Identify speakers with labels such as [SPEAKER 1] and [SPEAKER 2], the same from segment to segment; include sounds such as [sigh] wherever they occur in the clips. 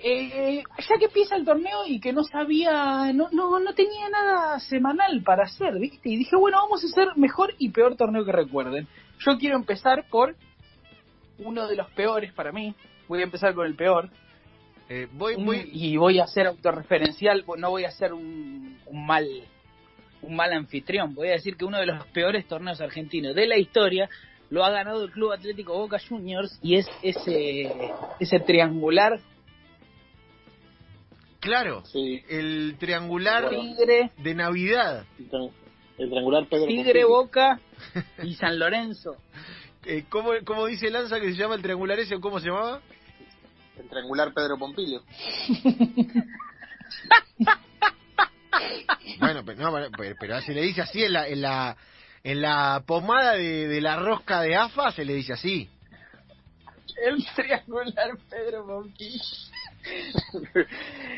[SPEAKER 1] eh, eh, ya que empieza el torneo y que no sabía, no, no, no tenía nada semanal para hacer, ¿viste? Y dije, bueno, vamos a hacer mejor y peor torneo que recuerden. Yo quiero empezar por uno de los peores para mí. Voy a empezar con el peor.
[SPEAKER 2] Eh, voy, voy,
[SPEAKER 1] Y voy a ser autorreferencial, pues no voy a ser un, un mal un mal anfitrión. Voy a decir que uno de los peores torneos argentinos de la historia lo ha ganado el Club Atlético Boca Juniors y es ese, ese triangular
[SPEAKER 2] claro,
[SPEAKER 3] Sí,
[SPEAKER 2] el triangular
[SPEAKER 3] Bueno.
[SPEAKER 1] Tigre,
[SPEAKER 2] de Navidad.
[SPEAKER 3] el tran- el triangular Pedro
[SPEAKER 1] Tigre,
[SPEAKER 3] Consigli.
[SPEAKER 1] Boca y San Lorenzo.
[SPEAKER 2] Eh, ¿cómo, cómo dice Lanza que se llama el triangular ese o cómo se llamaba?
[SPEAKER 3] El triangular Pedro Pompilio.
[SPEAKER 2] Bueno, pero, no, bueno, pero- pero se le dice así en la, en la, en la pomada de, de la rosca de AFA, se le dice así.
[SPEAKER 1] El triangular Pedro Monquillo.
[SPEAKER 2] Se le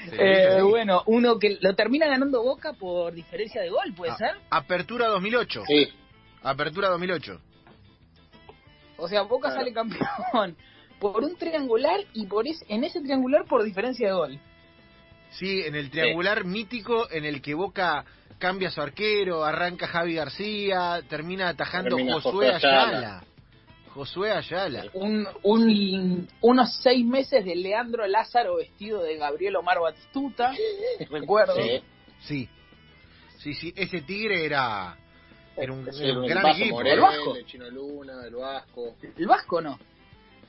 [SPEAKER 2] dice
[SPEAKER 1] Eh,
[SPEAKER 2] así.
[SPEAKER 1] bueno, uno que lo termina ganando Boca por diferencia de gol, ¿puede
[SPEAKER 2] Ah.
[SPEAKER 1] ser?
[SPEAKER 2] Apertura 2008.
[SPEAKER 3] Sí,
[SPEAKER 2] Apertura 2008.
[SPEAKER 1] O sea, Boca
[SPEAKER 3] Claro.
[SPEAKER 1] sale campeón [laughs] por un triangular y por es- en ese triangular por diferencia de gol.
[SPEAKER 2] Sí, en el triangular mítico en el que Boca cambia su arquero, arranca Javi García, termina atajando
[SPEAKER 3] Termina
[SPEAKER 2] Josué
[SPEAKER 3] Josué Ayala.
[SPEAKER 2] Ayala. Josué Ayala.
[SPEAKER 1] Un, un- unos seis meses de Leandro Lázaro vestido de Gabriel Omar Batistuta, recuerdo.
[SPEAKER 3] sí.
[SPEAKER 2] Sí. Sí, sí, ese tigre era era un,
[SPEAKER 3] Es
[SPEAKER 2] era
[SPEAKER 3] el
[SPEAKER 2] un
[SPEAKER 3] gran
[SPEAKER 2] gran
[SPEAKER 3] Vasco
[SPEAKER 2] equipo.
[SPEAKER 3] Morel,
[SPEAKER 1] el Vasco.
[SPEAKER 3] el Chino Luna, el Vasco.
[SPEAKER 1] El Vasco no.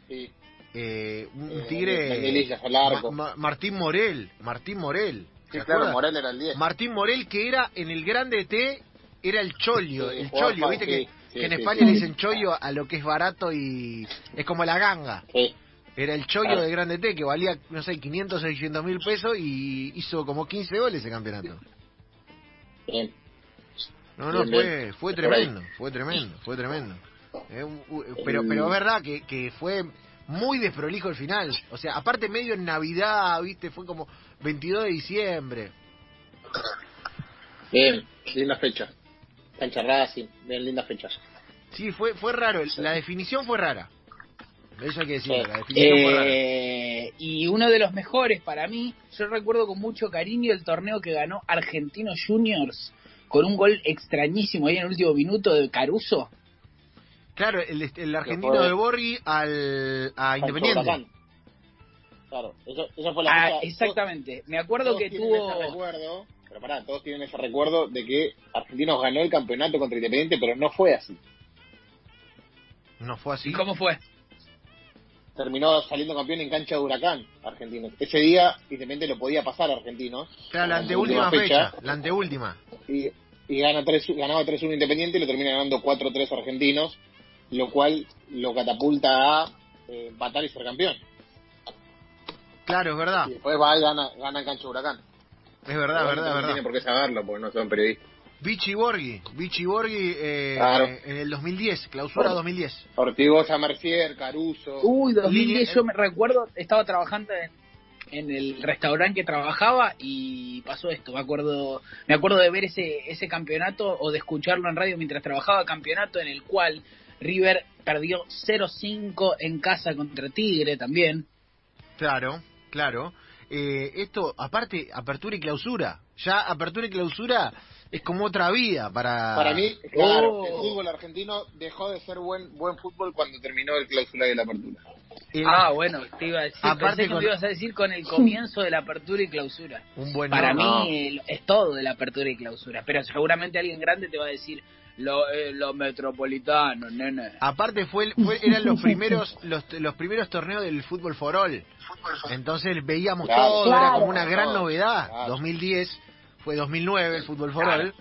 [SPEAKER 3] Sí.
[SPEAKER 2] Eh, un
[SPEAKER 3] Eh, Miguel
[SPEAKER 2] tigre
[SPEAKER 3] Islas al arco.
[SPEAKER 2] Ma- Ma- Martín Morel, Martín Morel.
[SPEAKER 3] Sí,
[SPEAKER 2] ¿se
[SPEAKER 3] claro,
[SPEAKER 2] acuerdan?
[SPEAKER 3] Morel era el 10.
[SPEAKER 2] Martín Morel que era en el grande T era el cholio,
[SPEAKER 3] Sí,
[SPEAKER 2] el
[SPEAKER 3] jugaba
[SPEAKER 2] cholio, viste
[SPEAKER 3] sí,
[SPEAKER 2] que,
[SPEAKER 3] sí,
[SPEAKER 2] que en
[SPEAKER 3] sí,
[SPEAKER 2] España
[SPEAKER 3] sí,
[SPEAKER 2] le
[SPEAKER 3] sí.
[SPEAKER 2] dicen chollo a lo que es barato y es como la ganga.
[SPEAKER 3] Sí,
[SPEAKER 2] Era el chollo
[SPEAKER 3] Claro.
[SPEAKER 2] de Grande T, que valía, no sé, 500 o 600 mil pesos y hizo como 15 goles ese campeonato.
[SPEAKER 3] bien.
[SPEAKER 2] No, no,
[SPEAKER 3] Bien,
[SPEAKER 2] fue, fue
[SPEAKER 3] Por ahí.
[SPEAKER 2] tremendo, fue tremendo, fue tremendo. Eh, un- u- Pero, pero es verdad que, que fue muy desprolijo el final. O sea, aparte medio en Navidad, viste, fue como 22 de diciembre.
[SPEAKER 3] Bien, linda fecha. Cancha Racing, bien lindas fechas.
[SPEAKER 2] Sí, fue, fue raro, el- la definición fue rara. Eso hay que decirlo, la definición fue rara.
[SPEAKER 1] Eh, y uno de los mejores para mí, yo recuerdo con mucho cariño el torneo que ganó Argentino Juniors con un gol extrañísimo ahí en el último minuto de Caruso.
[SPEAKER 2] Claro, el, el argentino
[SPEAKER 3] fue-
[SPEAKER 2] de Borri al, a Independiente.
[SPEAKER 3] Huracán. Claro, esa, esa fue la
[SPEAKER 1] Ah,
[SPEAKER 3] fecha.
[SPEAKER 1] exactamente. Me
[SPEAKER 3] Todos-
[SPEAKER 1] acuerdo
[SPEAKER 3] todos
[SPEAKER 1] que
[SPEAKER 3] tienen ese
[SPEAKER 1] tuvo
[SPEAKER 3] recuerdo, pero pará, todos tienen ese recuerdo de que Argentinos ganó el campeonato contra Independiente, pero no fue así.
[SPEAKER 2] No fue así.
[SPEAKER 1] ¿Y cómo fue?
[SPEAKER 3] Terminó saliendo campeón en cancha de Huracán, Argentinos. Ese día Independiente lo podía pasar a Argentinos
[SPEAKER 2] Claro, la
[SPEAKER 3] La
[SPEAKER 2] anteúltima
[SPEAKER 3] última
[SPEAKER 2] fecha,
[SPEAKER 3] fecha.
[SPEAKER 2] la anteúltima.
[SPEAKER 3] y, y gana 3, ganaba 3-1 Independiente y lo termina ganando 4-3 Argentinos, lo cual lo catapulta a eh, empatar y ser campeón.
[SPEAKER 2] Claro, es verdad,
[SPEAKER 3] Y después va y gana, gana en cancha de Huracán.
[SPEAKER 2] es verdad,
[SPEAKER 3] Pero no
[SPEAKER 2] verdad,
[SPEAKER 3] tiene
[SPEAKER 2] verdad.
[SPEAKER 3] por qué saberlo, porque no son periodistas.
[SPEAKER 2] Vichy Borghi, Vichy Borghi eh,
[SPEAKER 3] Claro.
[SPEAKER 2] en el 2010, clausura
[SPEAKER 3] Bueno.
[SPEAKER 2] 2010.
[SPEAKER 3] Ortigosa, Mercier, Caruso.
[SPEAKER 2] Uh.
[SPEAKER 1] Uy, 2010
[SPEAKER 2] Línea-
[SPEAKER 1] yo me recuerdo, estaba trabajando en, en el restaurante que trabajaba y pasó esto. Me acuerdo, me acuerdo de ver ese, ese campeonato o de escucharlo en radio mientras trabajaba campeonato en el cual River perdió 0-5 en casa contra Tigre también.
[SPEAKER 2] Claro, claro. Eh, esto, aparte, apertura y clausura. Ya apertura y clausura es como otra vida para...
[SPEAKER 3] Para mí, claro,
[SPEAKER 1] Oh.
[SPEAKER 3] el fútbol argentino dejó de ser buen buen fútbol cuando terminó el clausura y la apertura.
[SPEAKER 2] Eh,
[SPEAKER 1] Ah, bueno, te iba a decir,
[SPEAKER 2] Aparte
[SPEAKER 1] pensé que
[SPEAKER 2] con-
[SPEAKER 1] me ibas a decir con el comienzo de la apertura y clausura.
[SPEAKER 2] un buen
[SPEAKER 1] Para
[SPEAKER 2] no, no.
[SPEAKER 1] mí el- es todo de la apertura y clausura, pero seguramente alguien grande te va a decir lo, eh, lo metropolitano, nene.
[SPEAKER 2] Aparte fue, el- fue- eran los primeros los, los primeros torneos del fútbol forol. Entonces veíamos
[SPEAKER 3] Claro,
[SPEAKER 2] todo, era
[SPEAKER 4] claro.
[SPEAKER 2] como una gran
[SPEAKER 3] Todo,
[SPEAKER 2] novedad.
[SPEAKER 3] claro.
[SPEAKER 2] 2010 fue 2009 el fútbol forol.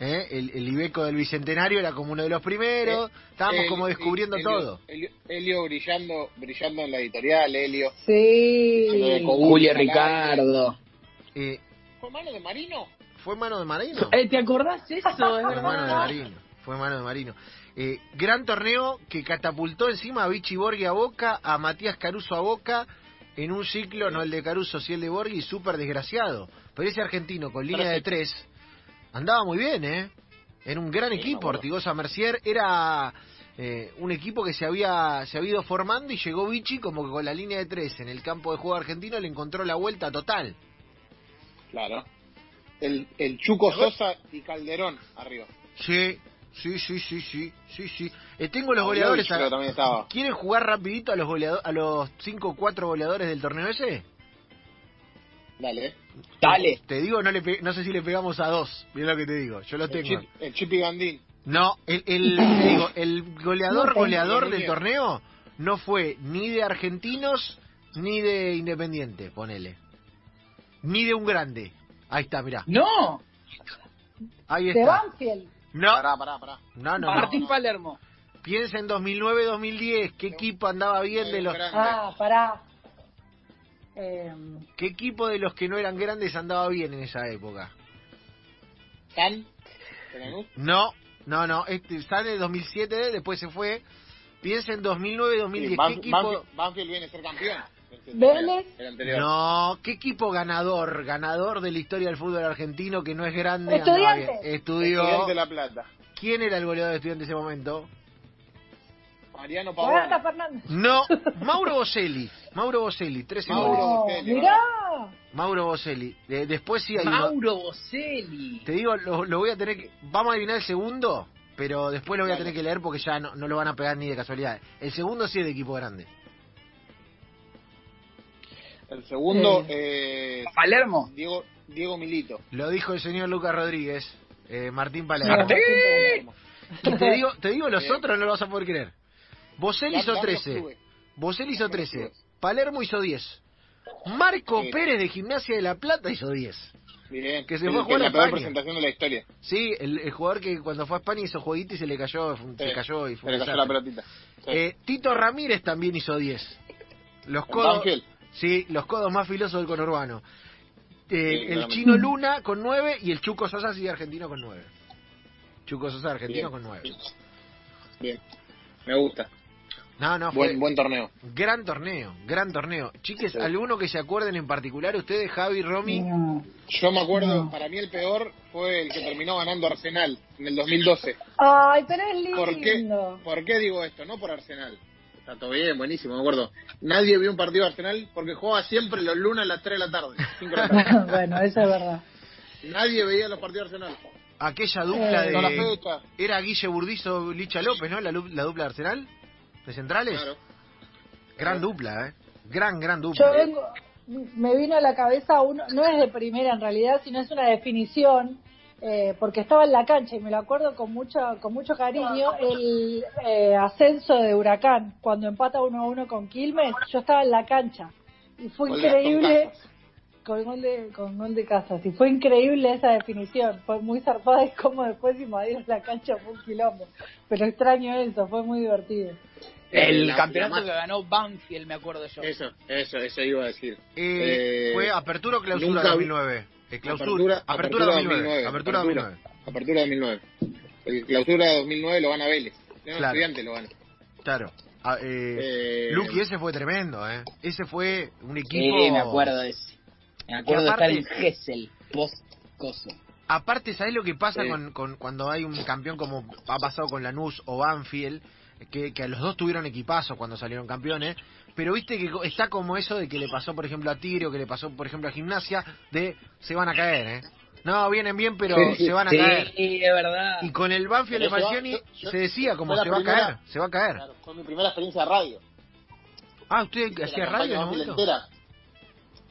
[SPEAKER 2] ¿eh? El, el Ibeco del Bicentenario era como uno de los primeros. Estábamos
[SPEAKER 3] Eh, El-
[SPEAKER 2] como descubriendo
[SPEAKER 3] Helio-
[SPEAKER 2] todo.
[SPEAKER 3] Helio, Helio brillando, brillando en la editorial, Helio.
[SPEAKER 4] Sí.
[SPEAKER 3] Con
[SPEAKER 1] Julia
[SPEAKER 3] Julián
[SPEAKER 1] Ricardo.
[SPEAKER 2] Eh,
[SPEAKER 3] ¿Fue mano de Marino?
[SPEAKER 2] ¿Fue mano de Marino?
[SPEAKER 1] Eh, ¿Te acordás eso? Es
[SPEAKER 2] Fue mano de
[SPEAKER 1] verdad.
[SPEAKER 2] Marino. Fue mano de Marino. Eh, gran torneo que catapultó encima a Vichy Borghi a Boca, a Matías Caruso a Boca, en un ciclo, no el de Caruso, sí el de Borghi, súper desgraciado. Pero ese argentino con línea de tres andaba muy bien, ¿eh? Era un gran
[SPEAKER 3] Sí, me
[SPEAKER 2] equipo,
[SPEAKER 3] acuerdo.
[SPEAKER 2] Ortigosa Mercier. Era eh, un equipo que se había, se había ido formando y llegó Vichy como que con la línea de tres en el campo de juego argentino le encontró la vuelta total.
[SPEAKER 3] Claro. El, el Chuco Sosa y Calderón arriba.
[SPEAKER 2] Sí, sí, sí, sí, sí, sí, sí. Eh, tengo los goleadores.
[SPEAKER 3] Creo que
[SPEAKER 2] a-
[SPEAKER 3] también estaba.
[SPEAKER 2] ¿Quieren jugar rapidito a los goleado- a los 5 o 4 goleadores del torneo ese?
[SPEAKER 3] Dale. eh.
[SPEAKER 1] Dale.
[SPEAKER 2] Te digo, no, le pe- no sé si le pegamos a dos. Mira lo que te digo, yo los
[SPEAKER 3] El,
[SPEAKER 2] tengo.
[SPEAKER 3] Chip- el Chipi Gandín.
[SPEAKER 2] No, el, el, te digo, el
[SPEAKER 3] No,
[SPEAKER 2] goleador
[SPEAKER 3] está
[SPEAKER 2] goleador
[SPEAKER 3] bien,
[SPEAKER 2] del
[SPEAKER 3] bien.
[SPEAKER 2] torneo no fue ni de argentinos ni de Independiente, ponele. Ni de un grande. Ahí está, mirá.
[SPEAKER 1] No,
[SPEAKER 2] Ahí
[SPEAKER 4] De
[SPEAKER 2] está.
[SPEAKER 4] Banfield.
[SPEAKER 2] No,
[SPEAKER 3] Pará, pará, pará.
[SPEAKER 2] no, no. no.
[SPEAKER 1] Martín
[SPEAKER 3] no.
[SPEAKER 1] Palermo.
[SPEAKER 2] Piensa en 2009-2010, qué equipo andaba bien
[SPEAKER 3] Eh,
[SPEAKER 2] de los
[SPEAKER 3] Grande.
[SPEAKER 4] Ah, pará. Em,
[SPEAKER 2] qué equipo de los que no eran grandes andaba bien en esa época.
[SPEAKER 3] Can. ¿De Lanús?
[SPEAKER 2] No, no, no. Este, sale de 2007, después se fue. Piensa en 2009,
[SPEAKER 3] Sí,
[SPEAKER 2] 2010.
[SPEAKER 3] Ban-
[SPEAKER 2] ¿Qué equipo?
[SPEAKER 3] Banfield, Banfield viene a ser campeón.
[SPEAKER 4] Vélez.
[SPEAKER 3] El anterior.
[SPEAKER 2] No, ¿qué equipo ganador? Ganador de la historia del fútbol argentino que no es grande. andaba
[SPEAKER 4] Estudiantes.
[SPEAKER 2] bien.
[SPEAKER 3] Estudiante
[SPEAKER 2] Estudió.
[SPEAKER 3] de La Plata.
[SPEAKER 2] ¿Quién era el goleador de estudiante en ese momento?
[SPEAKER 3] Mariano Pavón.
[SPEAKER 4] Guarda Fernández.
[SPEAKER 2] No, Mauro Boselli. Mauro Boselli, 13
[SPEAKER 3] Mauro
[SPEAKER 2] goles.
[SPEAKER 4] No,
[SPEAKER 3] Bocelli,
[SPEAKER 4] mirá.
[SPEAKER 2] Mauro Boselli. De- después sí hay uno-
[SPEAKER 1] Mauro Bocelli.
[SPEAKER 2] Te digo, lo, lo voy a tener que... Vamos a adivinar el segundo, pero después lo voy a
[SPEAKER 3] Dale.
[SPEAKER 2] tener que leer porque ya no, no lo van a pegar ni de casualidad. El segundo sí es de equipo grande.
[SPEAKER 3] El segundo, eh,
[SPEAKER 1] Palermo.
[SPEAKER 3] Diego, Diego Milito.
[SPEAKER 2] Lo dijo el señor Lucas Rodríguez, eh, Martín Palermo.
[SPEAKER 1] Martín.
[SPEAKER 2] Y te digo, te digo los
[SPEAKER 3] Bien.
[SPEAKER 2] otros, no lo vas a poder creer. Boselli hizo
[SPEAKER 3] Dame los
[SPEAKER 2] 13.
[SPEAKER 3] clubes.
[SPEAKER 2] Boselli hizo
[SPEAKER 3] Dame los
[SPEAKER 2] 13.
[SPEAKER 3] clubes.
[SPEAKER 2] Palermo hizo 10. Marco
[SPEAKER 3] Sí.
[SPEAKER 2] Pérez de Gimnasia de La Plata hizo 10.
[SPEAKER 3] Bien.
[SPEAKER 2] Que se
[SPEAKER 3] El-
[SPEAKER 2] fue a jugar
[SPEAKER 3] la
[SPEAKER 2] a
[SPEAKER 3] peor
[SPEAKER 2] España.
[SPEAKER 3] presentación de la historia.
[SPEAKER 2] Sí, el, el jugador que cuando fue a España hizo jueguito y se le cayó, fue un- se
[SPEAKER 3] Sí,
[SPEAKER 2] cayó y
[SPEAKER 3] Se
[SPEAKER 2] fue un
[SPEAKER 3] le cayó la
[SPEAKER 2] desastre.
[SPEAKER 3] pelotita. Sí.
[SPEAKER 2] Eh, Tito Ramírez también hizo 10. Los
[SPEAKER 3] En
[SPEAKER 2] codos,
[SPEAKER 3] Banfield.
[SPEAKER 2] sí, los codos más filosos del conurbano. Eh,
[SPEAKER 3] Sí,
[SPEAKER 2] el
[SPEAKER 3] claramente.
[SPEAKER 2] chino Luna con 9 y el Chuco Sosa sí argentino con 9. Chuco Sosa argentino
[SPEAKER 3] Bien.
[SPEAKER 2] con 9.
[SPEAKER 3] Bien. Me gusta.
[SPEAKER 2] No, no, fue
[SPEAKER 3] Buen, buen torneo.
[SPEAKER 2] gran torneo, gran torneo. Chiques,
[SPEAKER 3] Sí.
[SPEAKER 2] ¿alguno que se acuerden en particular ustedes, Javi, Romy?
[SPEAKER 4] No.
[SPEAKER 3] Yo me acuerdo,
[SPEAKER 4] No.
[SPEAKER 3] para mí el peor fue el que terminó ganando Arsenal en el 2012.
[SPEAKER 4] Ay, pero es
[SPEAKER 3] ¿Por qué,
[SPEAKER 4] lindo.
[SPEAKER 3] ¿Por qué digo esto? No por Arsenal. Está todo bien, buenísimo, me acuerdo. Nadie vio un partido de Arsenal porque jugaba siempre los lunes a las 3 de la tarde. cinco de la tarde.
[SPEAKER 4] [laughs] bueno, eso es verdad.
[SPEAKER 3] Nadie veía los partidos de Arsenal.
[SPEAKER 2] Aquella dupla
[SPEAKER 4] Eh,
[SPEAKER 3] Hasta la
[SPEAKER 2] de...
[SPEAKER 3] fecha.
[SPEAKER 2] Era Guille Burdizo, Licha López, ¿no? La, lu- la dupla de Arsenal, de Centrales.
[SPEAKER 3] Claro.
[SPEAKER 2] Gran dupla, ¿eh? Gran, gran dupla.
[SPEAKER 4] Yo vengo, me vino a la cabeza uno, no es de primera en realidad, sino es una definición, eh, porque estaba en la cancha y me lo acuerdo con mucho, con mucho cariño, el eh, ascenso de Huracán, cuando empata uno a uno con Quilmes, yo estaba en la cancha y fue
[SPEAKER 3] Gol de Gastón
[SPEAKER 4] increíble.
[SPEAKER 3] Casas.
[SPEAKER 4] Con gol, de, con gol de Casas, y fue increíble esa definición, fue muy zarpada y como después invadieron la cancha fue un quilombo, pero extraño eso, fue muy divertido.
[SPEAKER 1] El
[SPEAKER 3] La-
[SPEAKER 1] campeonato
[SPEAKER 3] la
[SPEAKER 1] que ganó Banfield, me acuerdo yo.
[SPEAKER 3] Eso, eso, eso iba a decir.
[SPEAKER 2] Eh,
[SPEAKER 3] Eh,
[SPEAKER 2] fue apertura o clausura
[SPEAKER 3] nunca vi-
[SPEAKER 2] 2009. Eh, clausura, apertura,
[SPEAKER 3] Apertura,
[SPEAKER 2] 2009. Apertura 2009.
[SPEAKER 3] Apertura 2009. El clausura de 2009 lo gana Vélez. No,
[SPEAKER 2] Claro.
[SPEAKER 3] estudiante lo gana.
[SPEAKER 2] Claro. Ah, eh,
[SPEAKER 3] Eh,
[SPEAKER 2] Luqui, ese fue tremendo, ¿eh? Ese fue un
[SPEAKER 1] Sí,
[SPEAKER 2] equipo.
[SPEAKER 1] me acuerdo de ese. Me acuerdo de estar
[SPEAKER 2] aparte-
[SPEAKER 1] en Gessel, post-coso.
[SPEAKER 2] Aparte, ¿sabés lo que pasa
[SPEAKER 3] Sí.
[SPEAKER 2] con, con- cuando hay un campeón como ha pasado con Lanús o Banfield? Que, que a los dos tuvieron equipazos cuando salieron campeones, pero viste que co- está como eso de que le pasó, por ejemplo, a Tigre o que le pasó, por ejemplo, a Gimnasia, de se van a caer, ¿eh? No, vienen bien, pero
[SPEAKER 3] Sí, sí.
[SPEAKER 2] se van a
[SPEAKER 1] Sí,
[SPEAKER 2] caer.
[SPEAKER 1] es verdad.
[SPEAKER 2] Y con el Banfield de
[SPEAKER 3] Pero yo-
[SPEAKER 2] Falcioni
[SPEAKER 3] yo- yo-
[SPEAKER 2] se decía como
[SPEAKER 3] fue la
[SPEAKER 2] se va a
[SPEAKER 3] primera-
[SPEAKER 2] caer, se va a caer.
[SPEAKER 3] claro, fue mi primera experiencia de radio.
[SPEAKER 2] Ah, usted
[SPEAKER 3] Hice la
[SPEAKER 2] hacía
[SPEAKER 3] campaña
[SPEAKER 2] radio en un
[SPEAKER 3] Banfield
[SPEAKER 2] momento.
[SPEAKER 3] entera.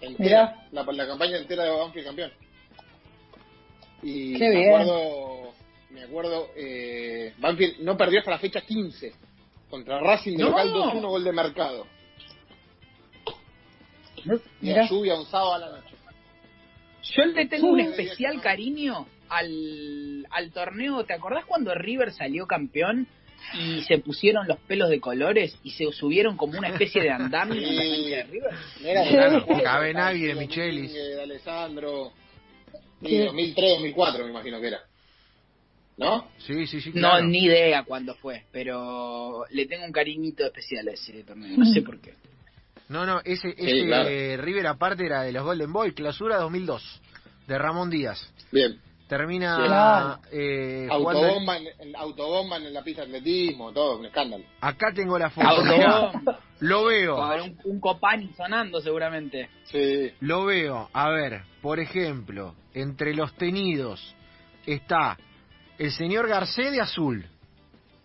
[SPEAKER 3] Entera.
[SPEAKER 4] Mirá.
[SPEAKER 3] La, la campaña entera de Banfield campeón. Y
[SPEAKER 4] Qué
[SPEAKER 3] me
[SPEAKER 4] bien.
[SPEAKER 3] acuerdo, me acuerdo, eh, Banfield no perdió hasta la fecha 15 contra Racing de
[SPEAKER 1] No.
[SPEAKER 3] local 2-1 gol de mercado. Y
[SPEAKER 4] Mirá.
[SPEAKER 3] la lluvia un sábado a la noche.
[SPEAKER 1] Yo le tengo un
[SPEAKER 3] Sí.
[SPEAKER 1] especial cariño al, al torneo. ¿Te acordás cuando River salió campeón y se pusieron los pelos de colores y se subieron como una especie de andamio en la cancha de River?
[SPEAKER 3] No era
[SPEAKER 4] Claro,
[SPEAKER 3] gran juego.
[SPEAKER 2] Cabenaghi de
[SPEAKER 3] Dominguez,
[SPEAKER 2] Michelis.
[SPEAKER 3] De Alessandro.
[SPEAKER 4] Sí.
[SPEAKER 3] Y 2003, 2004 me imagino que era. ¿No?
[SPEAKER 2] Sí, sí, sí.
[SPEAKER 1] No,
[SPEAKER 2] Claro.
[SPEAKER 1] ni idea cuándo fue, pero le tengo un cariñito especial a ese torneo. No sé por qué.
[SPEAKER 2] No, no, ese, ese
[SPEAKER 3] claro.
[SPEAKER 2] eh, River aparte era de los Golden Boy, clausura 2002, de Ramón Díaz.
[SPEAKER 3] Bien.
[SPEAKER 2] Termina
[SPEAKER 4] Claro.
[SPEAKER 2] eh, jugando en-
[SPEAKER 3] Autobomban, el- autobomban en la pista de atletismo, todo, un escándalo.
[SPEAKER 2] Acá tengo la foto. mirá.
[SPEAKER 1] [laughs] Autobomb,
[SPEAKER 2] Lo veo.
[SPEAKER 1] con un, un Copani sonando seguramente.
[SPEAKER 3] Sí,
[SPEAKER 2] Lo veo. A ver, por ejemplo, entre los tenidos está el señor Garcé de Azul,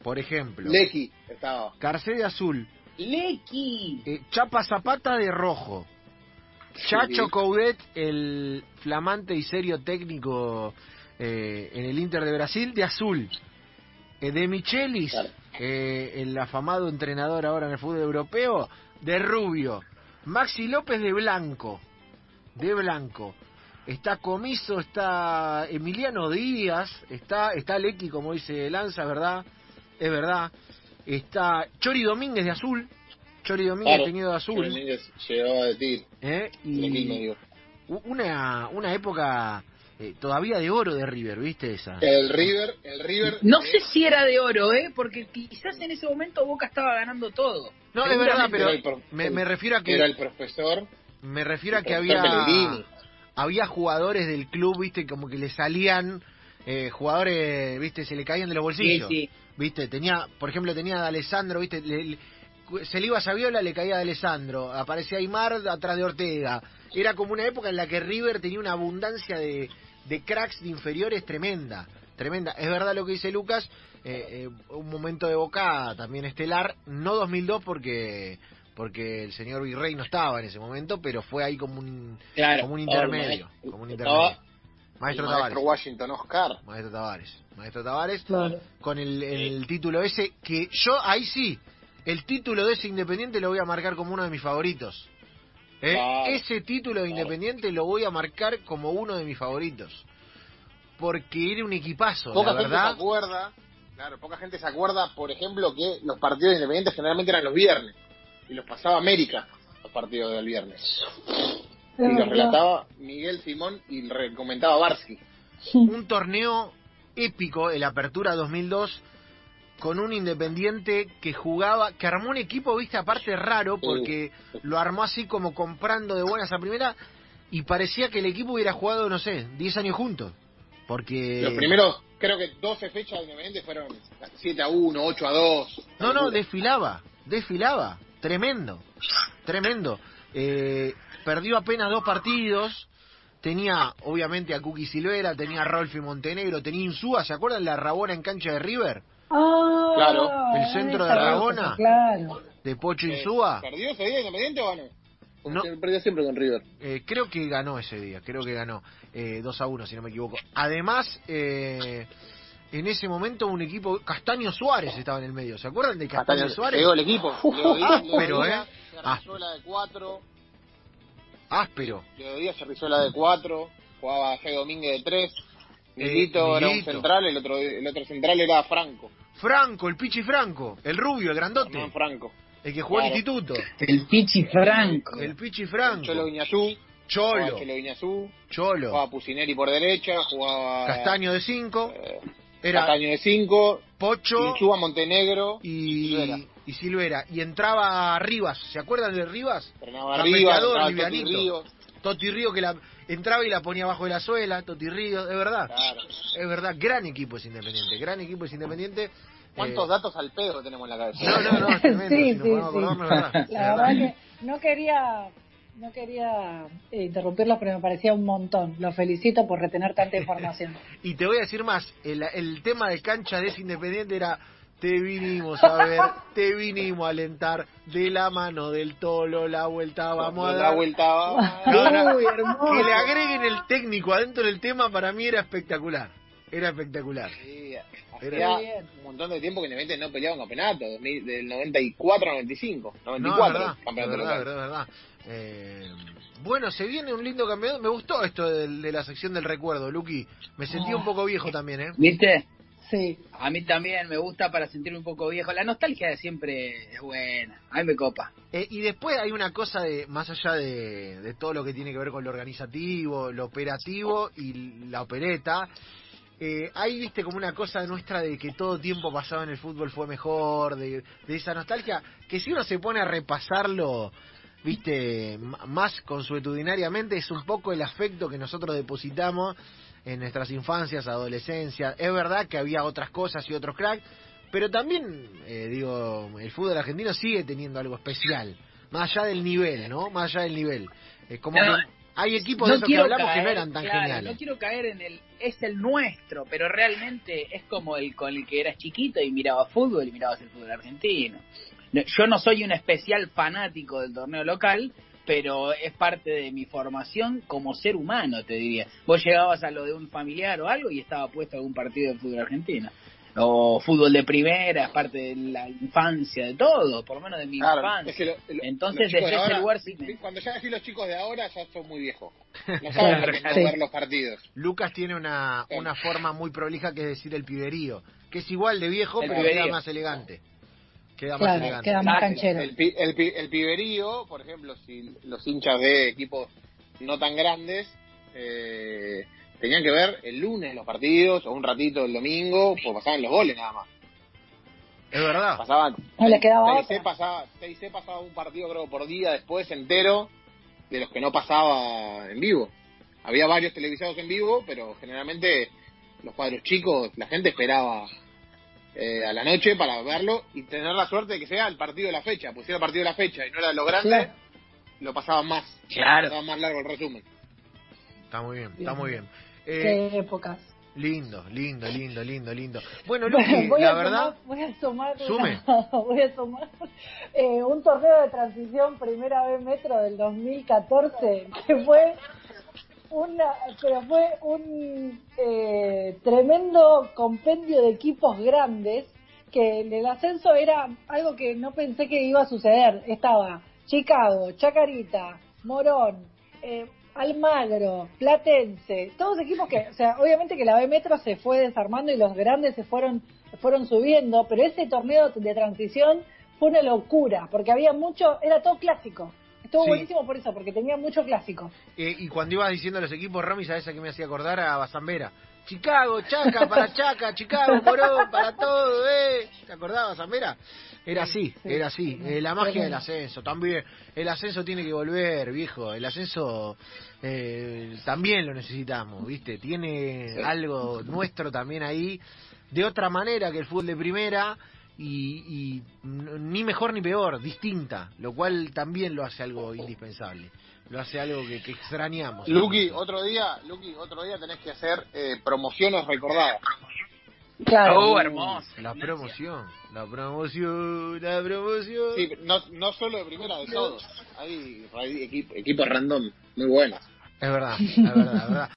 [SPEAKER 2] por ejemplo.
[SPEAKER 3] Lecky estaba.
[SPEAKER 2] Garcé de Azul.
[SPEAKER 1] ¡Leki!
[SPEAKER 2] Eh, Chapa Zapata de Rojo. Chacho
[SPEAKER 3] Sí.
[SPEAKER 2] Coudet, el flamante y serio técnico eh, en el Inter de Brasil, de Azul. Eh, de Michelis,
[SPEAKER 3] Claro.
[SPEAKER 2] eh, el afamado entrenador ahora en el fútbol europeo, de Rubio. Maxi López de Blanco. De Blanco. Está Comiso, está Emiliano Díaz, está, está Lecky, como dice Lanza, ¿verdad? Es verdad. Está Chori Domínguez de Azul. Chori Domínguez
[SPEAKER 3] Claro.
[SPEAKER 2] teñido de
[SPEAKER 3] Pero
[SPEAKER 2] azul.
[SPEAKER 3] Domínguez Llegó a decir,
[SPEAKER 2] ¿eh?
[SPEAKER 3] Lecky me
[SPEAKER 2] Y
[SPEAKER 3] digo.
[SPEAKER 2] u- una, una época eh, todavía de oro de River, ¿viste esa?
[SPEAKER 3] El River, el River.
[SPEAKER 1] No sé si era de oro, ¿eh? Porque quizás en ese momento Boca estaba ganando todo.
[SPEAKER 2] No, es verdad, pero
[SPEAKER 3] Era el pro-
[SPEAKER 2] me, me refiero a
[SPEAKER 3] Era
[SPEAKER 2] que
[SPEAKER 3] el profesor.
[SPEAKER 2] me refiero a que
[SPEAKER 3] el
[SPEAKER 2] había
[SPEAKER 3] profesor Pellegrini.
[SPEAKER 2] había jugadores del club, ¿viste? Como que le salían eh, jugadores, ¿viste? Se le caían de los
[SPEAKER 1] Sí,
[SPEAKER 2] bolsillos.
[SPEAKER 1] sí.
[SPEAKER 2] ¿Viste? Tenía, por ejemplo, tenía a Alessandro, ¿viste? Le- le- cu- se le iba a Saviola, le caía a Alessandro. Aparecía Aymar atrás de Ortega. Era como una época en la que River tenía una abundancia de, de cracks de inferiores tremenda. Tremenda. Es verdad lo que dice Lucas. eh, eh, un momento de boca también estelar. No 2002 porque porque el señor Virrey no estaba en ese momento, pero fue ahí como un,
[SPEAKER 1] Claro.
[SPEAKER 2] como un
[SPEAKER 3] estaba el
[SPEAKER 2] intermedio.
[SPEAKER 3] maestro-
[SPEAKER 2] Como un
[SPEAKER 3] estaba
[SPEAKER 2] intermedio. Maestro
[SPEAKER 3] el maestro
[SPEAKER 2] Tavares.
[SPEAKER 3] Washington Oscar.
[SPEAKER 2] Maestro Tavares. Maestro Tavares
[SPEAKER 4] Claro.
[SPEAKER 2] con el, el título ese, que yo ahí sí, el título de ese Independiente lo voy a marcar como uno de mis favoritos. ¿Eh?
[SPEAKER 3] Claro.
[SPEAKER 2] Ese título de
[SPEAKER 3] Claro.
[SPEAKER 2] Independiente lo voy a marcar como uno de mis favoritos. Porque era un equipazo,
[SPEAKER 3] Poca
[SPEAKER 2] la
[SPEAKER 3] gente
[SPEAKER 2] verdad.
[SPEAKER 3] se acuerda, claro, poca gente se acuerda, por ejemplo, que los partidos independientes generalmente eran los viernes y los pasaba América los partidos del viernes.
[SPEAKER 4] Es
[SPEAKER 3] Y los
[SPEAKER 4] verdad.
[SPEAKER 3] relataba Miguel Simón y re- comentaba Barsky.
[SPEAKER 2] un torneo épico, el Apertura 2002, con un Independiente que jugaba, que armó un equipo, viste, aparte raro, porque lo armó así como comprando de buenas a primera, y parecía que el equipo hubiera jugado, no sé, 10 años juntos. Porque.
[SPEAKER 3] Los primeros, creo que 12 fechas de independientes fueron 7 a 1, 8 a 2.
[SPEAKER 2] No, no, desfilaba, desfilaba, tremendo, tremendo. Eh, perdió apenas dos partidos, tenía obviamente a Cuqui Silvera, tenía a Rolfi Montenegro, tenía Insúa, ¿se acuerdan la Rabona en cancha de River?
[SPEAKER 4] Ah,
[SPEAKER 3] Claro.
[SPEAKER 2] El centro de
[SPEAKER 4] esa
[SPEAKER 2] Rabona.
[SPEAKER 4] cosa, Claro.
[SPEAKER 2] de Pocho
[SPEAKER 3] Eh,
[SPEAKER 2] Insúa,
[SPEAKER 3] ¿Perdió ese día independiente o ganó? Porque
[SPEAKER 2] No.
[SPEAKER 3] se Perdió siempre con River.
[SPEAKER 2] eh, creo que ganó ese día, creo que ganó eh, 2 a 1, si no me equivoco. Además, eh, en ese momento un equipo, Castaño Suárez estaba en el medio, ¿se acuerdan de Castaño, Suárez?
[SPEAKER 3] Llegó el equipo. Leo Díaz,
[SPEAKER 2] Pero,
[SPEAKER 3] Leo Díaz,
[SPEAKER 2] eh,
[SPEAKER 3] Cerrizuela de 4.
[SPEAKER 2] Áspero.
[SPEAKER 3] Leo Díaz, Cerrizuela de 4. Jugaba Fe Domínguez de 3. Milito
[SPEAKER 2] Eh,
[SPEAKER 3] era un
[SPEAKER 2] Milito.
[SPEAKER 3] central. El otro, el otro central era Franco.
[SPEAKER 2] Franco, el Pichi Franco, el rubio, el
[SPEAKER 3] Hernán
[SPEAKER 2] grandote,
[SPEAKER 3] Franco.
[SPEAKER 2] el que jugó en
[SPEAKER 3] Claro.
[SPEAKER 2] instituto,
[SPEAKER 1] El Pichi Franco.
[SPEAKER 2] el Pichi
[SPEAKER 3] Cholo
[SPEAKER 2] Franco,
[SPEAKER 3] Viñazú.
[SPEAKER 2] Cholo,
[SPEAKER 3] Jugaba Cholo Viñazú.
[SPEAKER 2] Cholo,
[SPEAKER 3] Jugaba Pusineri por derecha. Jugaba.
[SPEAKER 2] Castaño de 5,
[SPEAKER 3] eh,
[SPEAKER 2] era
[SPEAKER 3] Castaño de 5.
[SPEAKER 2] Pocho
[SPEAKER 3] Insúa Montenegro.
[SPEAKER 2] y,
[SPEAKER 3] Silvera.
[SPEAKER 2] y Silvera, y entraba Rivas, ¿se acuerdan de Rivas?
[SPEAKER 3] Fernando arriba.
[SPEAKER 2] Campeador,
[SPEAKER 3] entraba Toti
[SPEAKER 2] livianito.
[SPEAKER 3] Ríos.
[SPEAKER 2] Toti Río que la entraba y la ponía abajo de la suela, Toti Río, es verdad,
[SPEAKER 3] Claro.
[SPEAKER 2] es verdad, gran equipo es Independiente, gran equipo es Independiente.
[SPEAKER 3] ¿Cuántos
[SPEAKER 2] Eh,
[SPEAKER 3] datos al pedo tenemos en la cabeza?
[SPEAKER 2] No, no, no, es
[SPEAKER 4] [laughs]
[SPEAKER 2] tremendo,
[SPEAKER 4] Sí,
[SPEAKER 2] si nos
[SPEAKER 4] sí,
[SPEAKER 2] podemos acordar,
[SPEAKER 4] sí.
[SPEAKER 2] no es verdad, es
[SPEAKER 4] La
[SPEAKER 2] verdad.
[SPEAKER 4] verdad que no quería, no quería eh, interrumpirlos, pero me parecía un montón. Los felicito por retener tanta información.
[SPEAKER 2] Y te voy a decir más, el, el tema de cancha de ese Independiente era te vinimos a ver, te vinimos a alentar de la mano del tolo, la vuelta vamos a
[SPEAKER 3] La
[SPEAKER 2] dar.
[SPEAKER 3] vuelta va.
[SPEAKER 2] No, no,
[SPEAKER 4] Uy, hermoso.
[SPEAKER 2] que le agreguen el técnico adentro del tema para mí era espectacular, era espectacular.
[SPEAKER 3] Sí,
[SPEAKER 2] Era-
[SPEAKER 3] hacía un montón de tiempo que Independiente no peleaba un campeonato, 2000 del 94 a 95, 94
[SPEAKER 2] no, es verdad, es
[SPEAKER 3] campeonato
[SPEAKER 2] verdad, es
[SPEAKER 3] local.
[SPEAKER 2] verdad, es verdad. Eh, bueno, se viene un lindo campeonato. Me gustó esto del- de, la sección del recuerdo, Luqui. Me sentí
[SPEAKER 3] Oh.
[SPEAKER 2] un poco viejo también, ¿eh?
[SPEAKER 1] ¿Viste?
[SPEAKER 4] Sí.
[SPEAKER 1] A mí también me gusta para sentirme un poco viejo. La nostalgia de siempre es buena. A mí me copa.
[SPEAKER 2] Eh, y después hay una cosa de más allá de, de todo lo que tiene que ver con lo organizativo, lo operativo y la opereta. Eh, ahí viste como una cosa nuestra de que todo tiempo pasado en el fútbol fue mejor, de, de esa nostalgia, que si uno se pone a repasarlo, viste, m- más consuetudinariamente, es un poco el afecto que nosotros depositamos en nuestras infancias, adolescencias. Es verdad que había otras cosas y otros cracks, pero también, eh, digo, el fútbol argentino sigue teniendo algo especial, más allá del nivel, ¿no? Más allá del nivel. Es como
[SPEAKER 1] No,
[SPEAKER 2] que hay equipos de esos que
[SPEAKER 1] quiero
[SPEAKER 2] hablamos que no
[SPEAKER 1] caer,
[SPEAKER 2] eran tan
[SPEAKER 1] claro,
[SPEAKER 2] geniales.
[SPEAKER 1] No quiero caer en el es el nuestro, pero realmente es como el con el que eras chiquito y miraba fútbol y mirabas el fútbol argentino. No, Yo no soy un especial fanático del torneo local, pero es parte de mi formación como ser humano, te diría. Vos llegabas a lo de un familiar o algo y estaba puesto algún partido de fútbol argentino. O fútbol de primera, es parte de la infancia, de todo, por lo menos de mi infancia.
[SPEAKER 3] es que lo- lo-
[SPEAKER 1] Entonces,
[SPEAKER 3] los chicos
[SPEAKER 1] desde
[SPEAKER 3] de
[SPEAKER 1] ese
[SPEAKER 3] ahora-
[SPEAKER 1] lugar sí me-
[SPEAKER 3] Cuando ya decís los chicos de ahora, ya son muy viejos.
[SPEAKER 1] [laughs]
[SPEAKER 3] No saben lo que es no
[SPEAKER 4] Sí.
[SPEAKER 3] ver los partidos.
[SPEAKER 2] Lucas tiene una,
[SPEAKER 3] Sí.
[SPEAKER 2] una forma muy prolija que es decir el piberío, que es igual de viejo,
[SPEAKER 1] El
[SPEAKER 2] pero queda
[SPEAKER 1] piberío.
[SPEAKER 2] más elegante. Queda más
[SPEAKER 4] Claro,
[SPEAKER 2] elegante.
[SPEAKER 4] queda más
[SPEAKER 1] Claro,
[SPEAKER 4] canchero.
[SPEAKER 3] El, pi- el, pi- el piberío, por ejemplo, si los hinchas de equipos no tan grandes eh, tenían que ver el lunes los partidos o un ratito el domingo, pues pasaban los goles nada más.
[SPEAKER 2] Es verdad.
[SPEAKER 3] Pasaban.
[SPEAKER 4] No le quedaba otra.
[SPEAKER 3] pasaba, 6C pasaba un partido, creo, por día después entero de los que no pasaba en vivo. Había varios televisados en vivo, pero generalmente los cuadros chicos, la gente esperaba eh, a la noche para verlo y tener la suerte de que sea el partido de la fecha. Pusiera el partido de la fecha y no era de los grandes,
[SPEAKER 4] Claro.
[SPEAKER 3] lo pasaban más.
[SPEAKER 1] Claro.
[SPEAKER 3] Pasaba más largo el resumen.
[SPEAKER 2] Está muy bien, está
[SPEAKER 4] Bien.
[SPEAKER 2] muy bien. Eh,
[SPEAKER 4] Qué épocas.
[SPEAKER 2] lindo, lindo, lindo, lindo, lindo. Bueno,
[SPEAKER 4] [laughs]
[SPEAKER 2] Luqui,
[SPEAKER 4] Bueno, voy,
[SPEAKER 2] la
[SPEAKER 4] a
[SPEAKER 2] verdad,
[SPEAKER 4] tomar- voy a tomar, una-
[SPEAKER 2] Sume.
[SPEAKER 4] [laughs] voy a tomar, eh, un torneo de transición primera vez metro del 2014 que fue una pero fue un eh, tremendo compendio de equipos grandes que el del ascenso era algo que no pensé que iba a suceder estaba Chicago Chacarita Morón eh, Almagro, Platense, todos equipos que, o sea, obviamente que la B Metro se fue desarmando y los grandes se fueron, fueron subiendo, pero ese torneo de transición fue una locura, porque había mucho, era todo clásico. Estuvo
[SPEAKER 2] Sí.
[SPEAKER 4] buenísimo por eso, porque tenía mucho clásico.
[SPEAKER 2] eh, y cuando ibas diciendo los equipos, Rami, ¿sabes a qué me hacía acordar? A Bazambera. Chicago, Chaca,
[SPEAKER 4] [laughs]
[SPEAKER 2] para Chaca, Chicago, Morón, para todo, ¿eh? ¿Te acordabas, Bazambera? Era así,
[SPEAKER 4] Sí,
[SPEAKER 2] era así.
[SPEAKER 4] sí.
[SPEAKER 2] Eh, la magia del
[SPEAKER 4] Tremendo.
[SPEAKER 2] ascenso, también. El ascenso tiene que volver, viejo. El ascenso eh, también lo necesitamos, ¿viste? Tiene
[SPEAKER 3] Sí.
[SPEAKER 2] algo nuestro también ahí. De otra manera que el fútbol de primera. Y, y n- ni mejor ni peor, distinta, lo cual también lo hace algo indispensable, lo hace algo que, que extrañamos.
[SPEAKER 3] Luqui, otro día, Luqui, otro día tenés que hacer eh, promociones recordadas.
[SPEAKER 4] Claro.
[SPEAKER 1] Oh, hermoso.
[SPEAKER 2] La promoción, la promoción, la promoción.
[SPEAKER 3] Sí, no, no solo de primera, de todos. Hay, hay equi- equipos random muy buenos.
[SPEAKER 2] Es verdad, es verdad, es verdad.